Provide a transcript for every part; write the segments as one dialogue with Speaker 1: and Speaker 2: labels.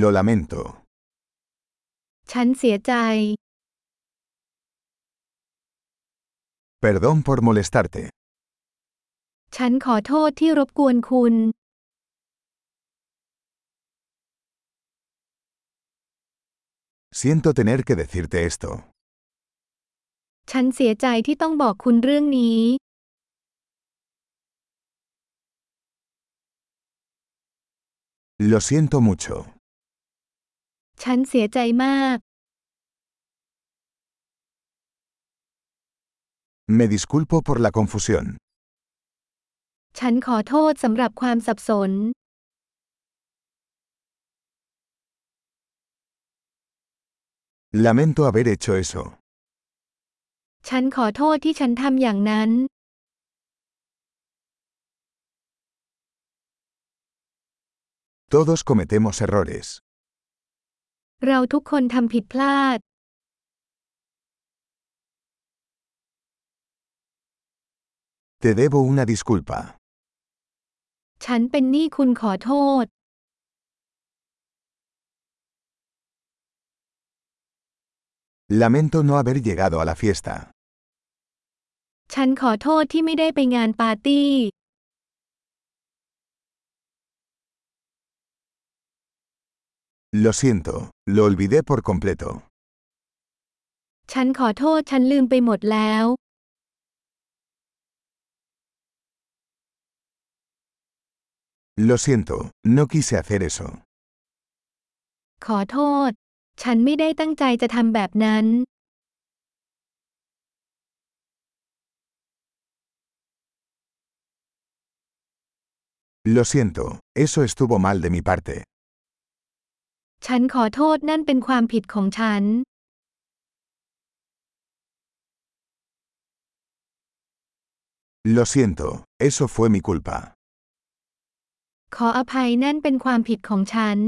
Speaker 1: Lo lamento.
Speaker 2: ฉันเสียใจ
Speaker 1: Perdón por molestarte.
Speaker 2: ฉันขอโทษที่รบกวนคุณ
Speaker 1: Siento tener que decirte esto.
Speaker 2: ฉันเสียใจที่ต้องบอกคุณเรื่องนี้
Speaker 1: Lo siento mucho.
Speaker 2: ฉันเสียใจมาก
Speaker 1: Me disculpo por la confusión.
Speaker 2: ฉันขอโทษสำหรับความสับสน
Speaker 1: Lamento haber hecho eso.
Speaker 2: ฉันขอโทษที่ฉันทำอย่างนั้น
Speaker 1: Todos cometemos errores.
Speaker 2: เราทุกคนทำผิดพลาด
Speaker 1: Te debo una disculpa.
Speaker 2: ฉันเป็นหนี้คุณขอโทษ
Speaker 1: Lamento no haber llegado a la fiesta.
Speaker 2: ฉันขอโทษที่ไม่ได้ไปงานปาร์ตี้
Speaker 1: Lo siento, lo olvidé por completo.
Speaker 2: ฉันขอโทษฉันลืมไปหมดแล้ว
Speaker 1: Lo siento, no quise hacer eso.
Speaker 2: ขอโทษ ฉันไม่ได้ตั้งใจจะทำแบบนั้น
Speaker 1: Lo siento, eso estuvo mal de mi parte.
Speaker 2: ฉันขอโทษนั่นเป็นความผิดของฉัน
Speaker 1: Lo siento, eso fue mi culpa.
Speaker 2: ขออภัยนั่นเป็นความผิดของฉัน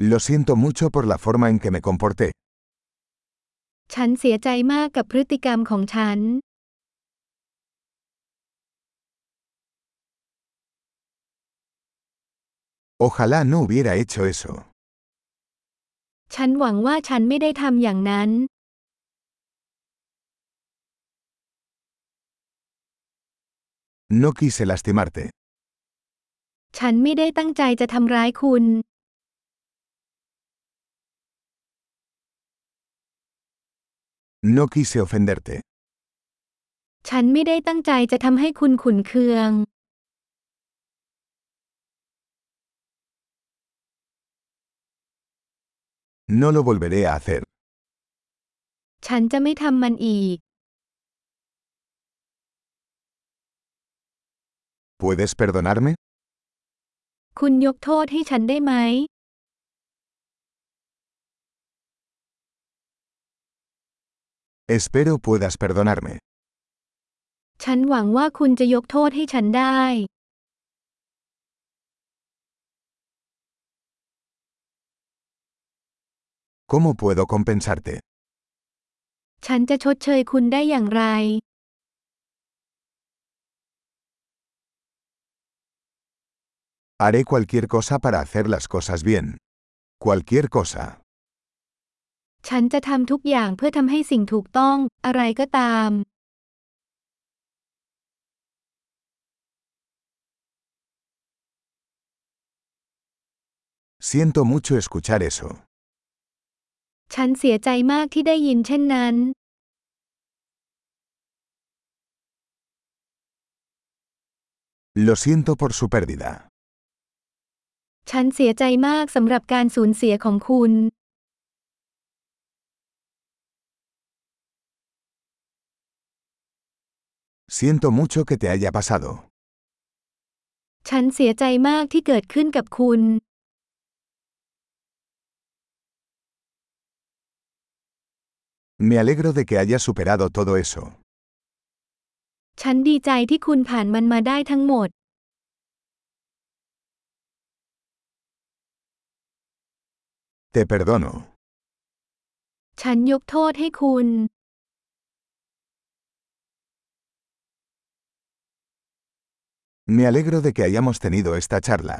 Speaker 1: Lo siento mucho por la forma en que me comporté.
Speaker 2: ฉันเสียใจมากกับพฤติกรรมของฉัน
Speaker 1: Ojalá no hubiera hecho eso.
Speaker 2: ฉันหวังว่าฉันไม่ได้ทำอย่างนั้น
Speaker 1: No quise lastimarte.
Speaker 2: ฉันไม่ได้ตั้งใจจะทำร้ายคุณ
Speaker 1: No quise ofenderte.
Speaker 2: ฉันไม่ได้ตั้งใจจะทำให้คุณขุนเคือง
Speaker 1: No lo volveré a hacer.
Speaker 2: ฉันจะไม่ทำมันอีก
Speaker 1: ¿Puedes perdonarme?
Speaker 2: คุณยกโทษให้ฉันได้ไหม
Speaker 1: Espero puedas perdonarme.
Speaker 2: ฉันหวังว่าคุณจะยกโทษให้ฉันได้
Speaker 1: ¿Cómo puedo compensarte?
Speaker 2: ฉันจะชดเชยคุณได้อย่างไร
Speaker 1: Haré cualquier cosa para hacer las cosas bien. Cualquier cosa.
Speaker 2: ฉันจะทำทุกอย่างเพื่อทำให้สิ่งถูกต้อง อะไรก็ตาม
Speaker 1: Siento mucho escuchar eso.
Speaker 2: ฉันเสียใจมากที่ได้ยินเช่นนั้น
Speaker 1: Lo siento por su pérdida.
Speaker 2: ฉันเสียใจมากสำหรับการสูญเสียของคุณ
Speaker 1: Siento mucho que te haya pasado.
Speaker 2: ฉันเสียใจมากที่เกิดขึ้นกับคุณ
Speaker 1: Me alegro de que hayas superado todo eso.
Speaker 2: ฉันดีใจที่คุณผ่านมันมาได้ทั้งหมด
Speaker 1: Te perdono.
Speaker 2: ฉันยกโทษให้คุณ
Speaker 1: Me alegro de que hayamos tenido esta charla.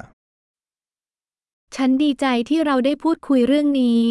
Speaker 2: ฉันดีใจที่เราได้พูดคุยเรื่องนี้